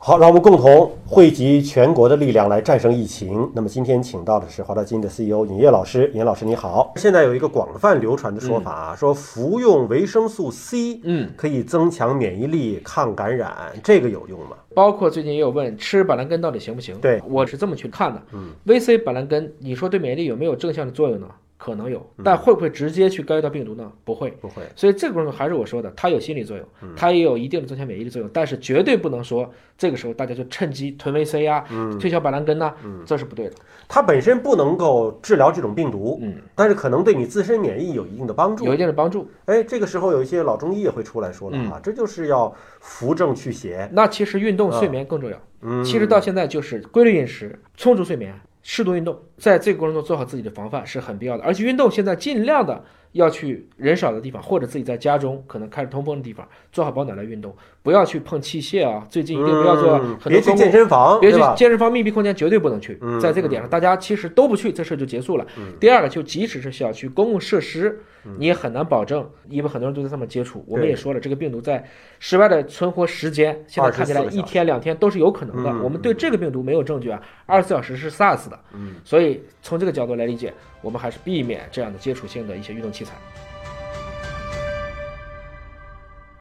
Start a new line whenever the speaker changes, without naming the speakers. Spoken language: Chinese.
好，让我们共同汇集全国的力量来战胜疫情。那么今天请到的是华大基因的 CEO 尹烨老师，尹老师你好。现在有一个广泛流传的说法啊，说服用维生素 C，
嗯，
可以增强免疫力、抗感染，这个有用吗？
包括最近也有问吃板蓝根到底行不行？
对，
我是这么去看的。嗯，VC 板蓝根，你说对免疫力有没有正向的作用呢？可能有，但会不会直接去干预到病毒呢？不会。
不会，
所以这个东西还是我说的，它有心理作用，它也有一定的增强免疫力作用，但是绝对不能说这个时候大家就趁机囤 VC 呀、推销板蓝根呐、这是不对的。
它本身不能够治疗这种病毒，
嗯，
但是可能对你自身免疫有一定的帮助
有。一定的帮助。
哎，这个时候有一些老中医也会出来说了
嗯
啊，这就是要扶正祛邪。
那其实运动、睡眠更重要。
嗯，
其实到现在就是规律饮食、充足睡眠、适度运动，在这个过程中做好自己的防范是很必要的。而且运动现在尽量的要去人少的地方，或者自己在家中可能开着通风的地方，做好保暖来运动，不要去碰器械啊。最近一定不要做
嗯
很
别
多
去
公
健
共。
身房，
别
对
去
吧？
健身房密闭空间，绝对不能去
嗯。
在这个点上，大家其实都不去，这事儿就结束了。第二个，就即使是小区公共设施，你也很难保证，因为很多人都在上面接触。我们
嗯对
也说了，这个病毒在室外的存活时间，现在看起来
24个小时
一天两天都是有可能的
嗯。
我们对这个病毒没有证据啊，二十四小时是
嗯
SARS 的，所以从这个角度来理解，我们还是避免这样的接触性的一些运动器材。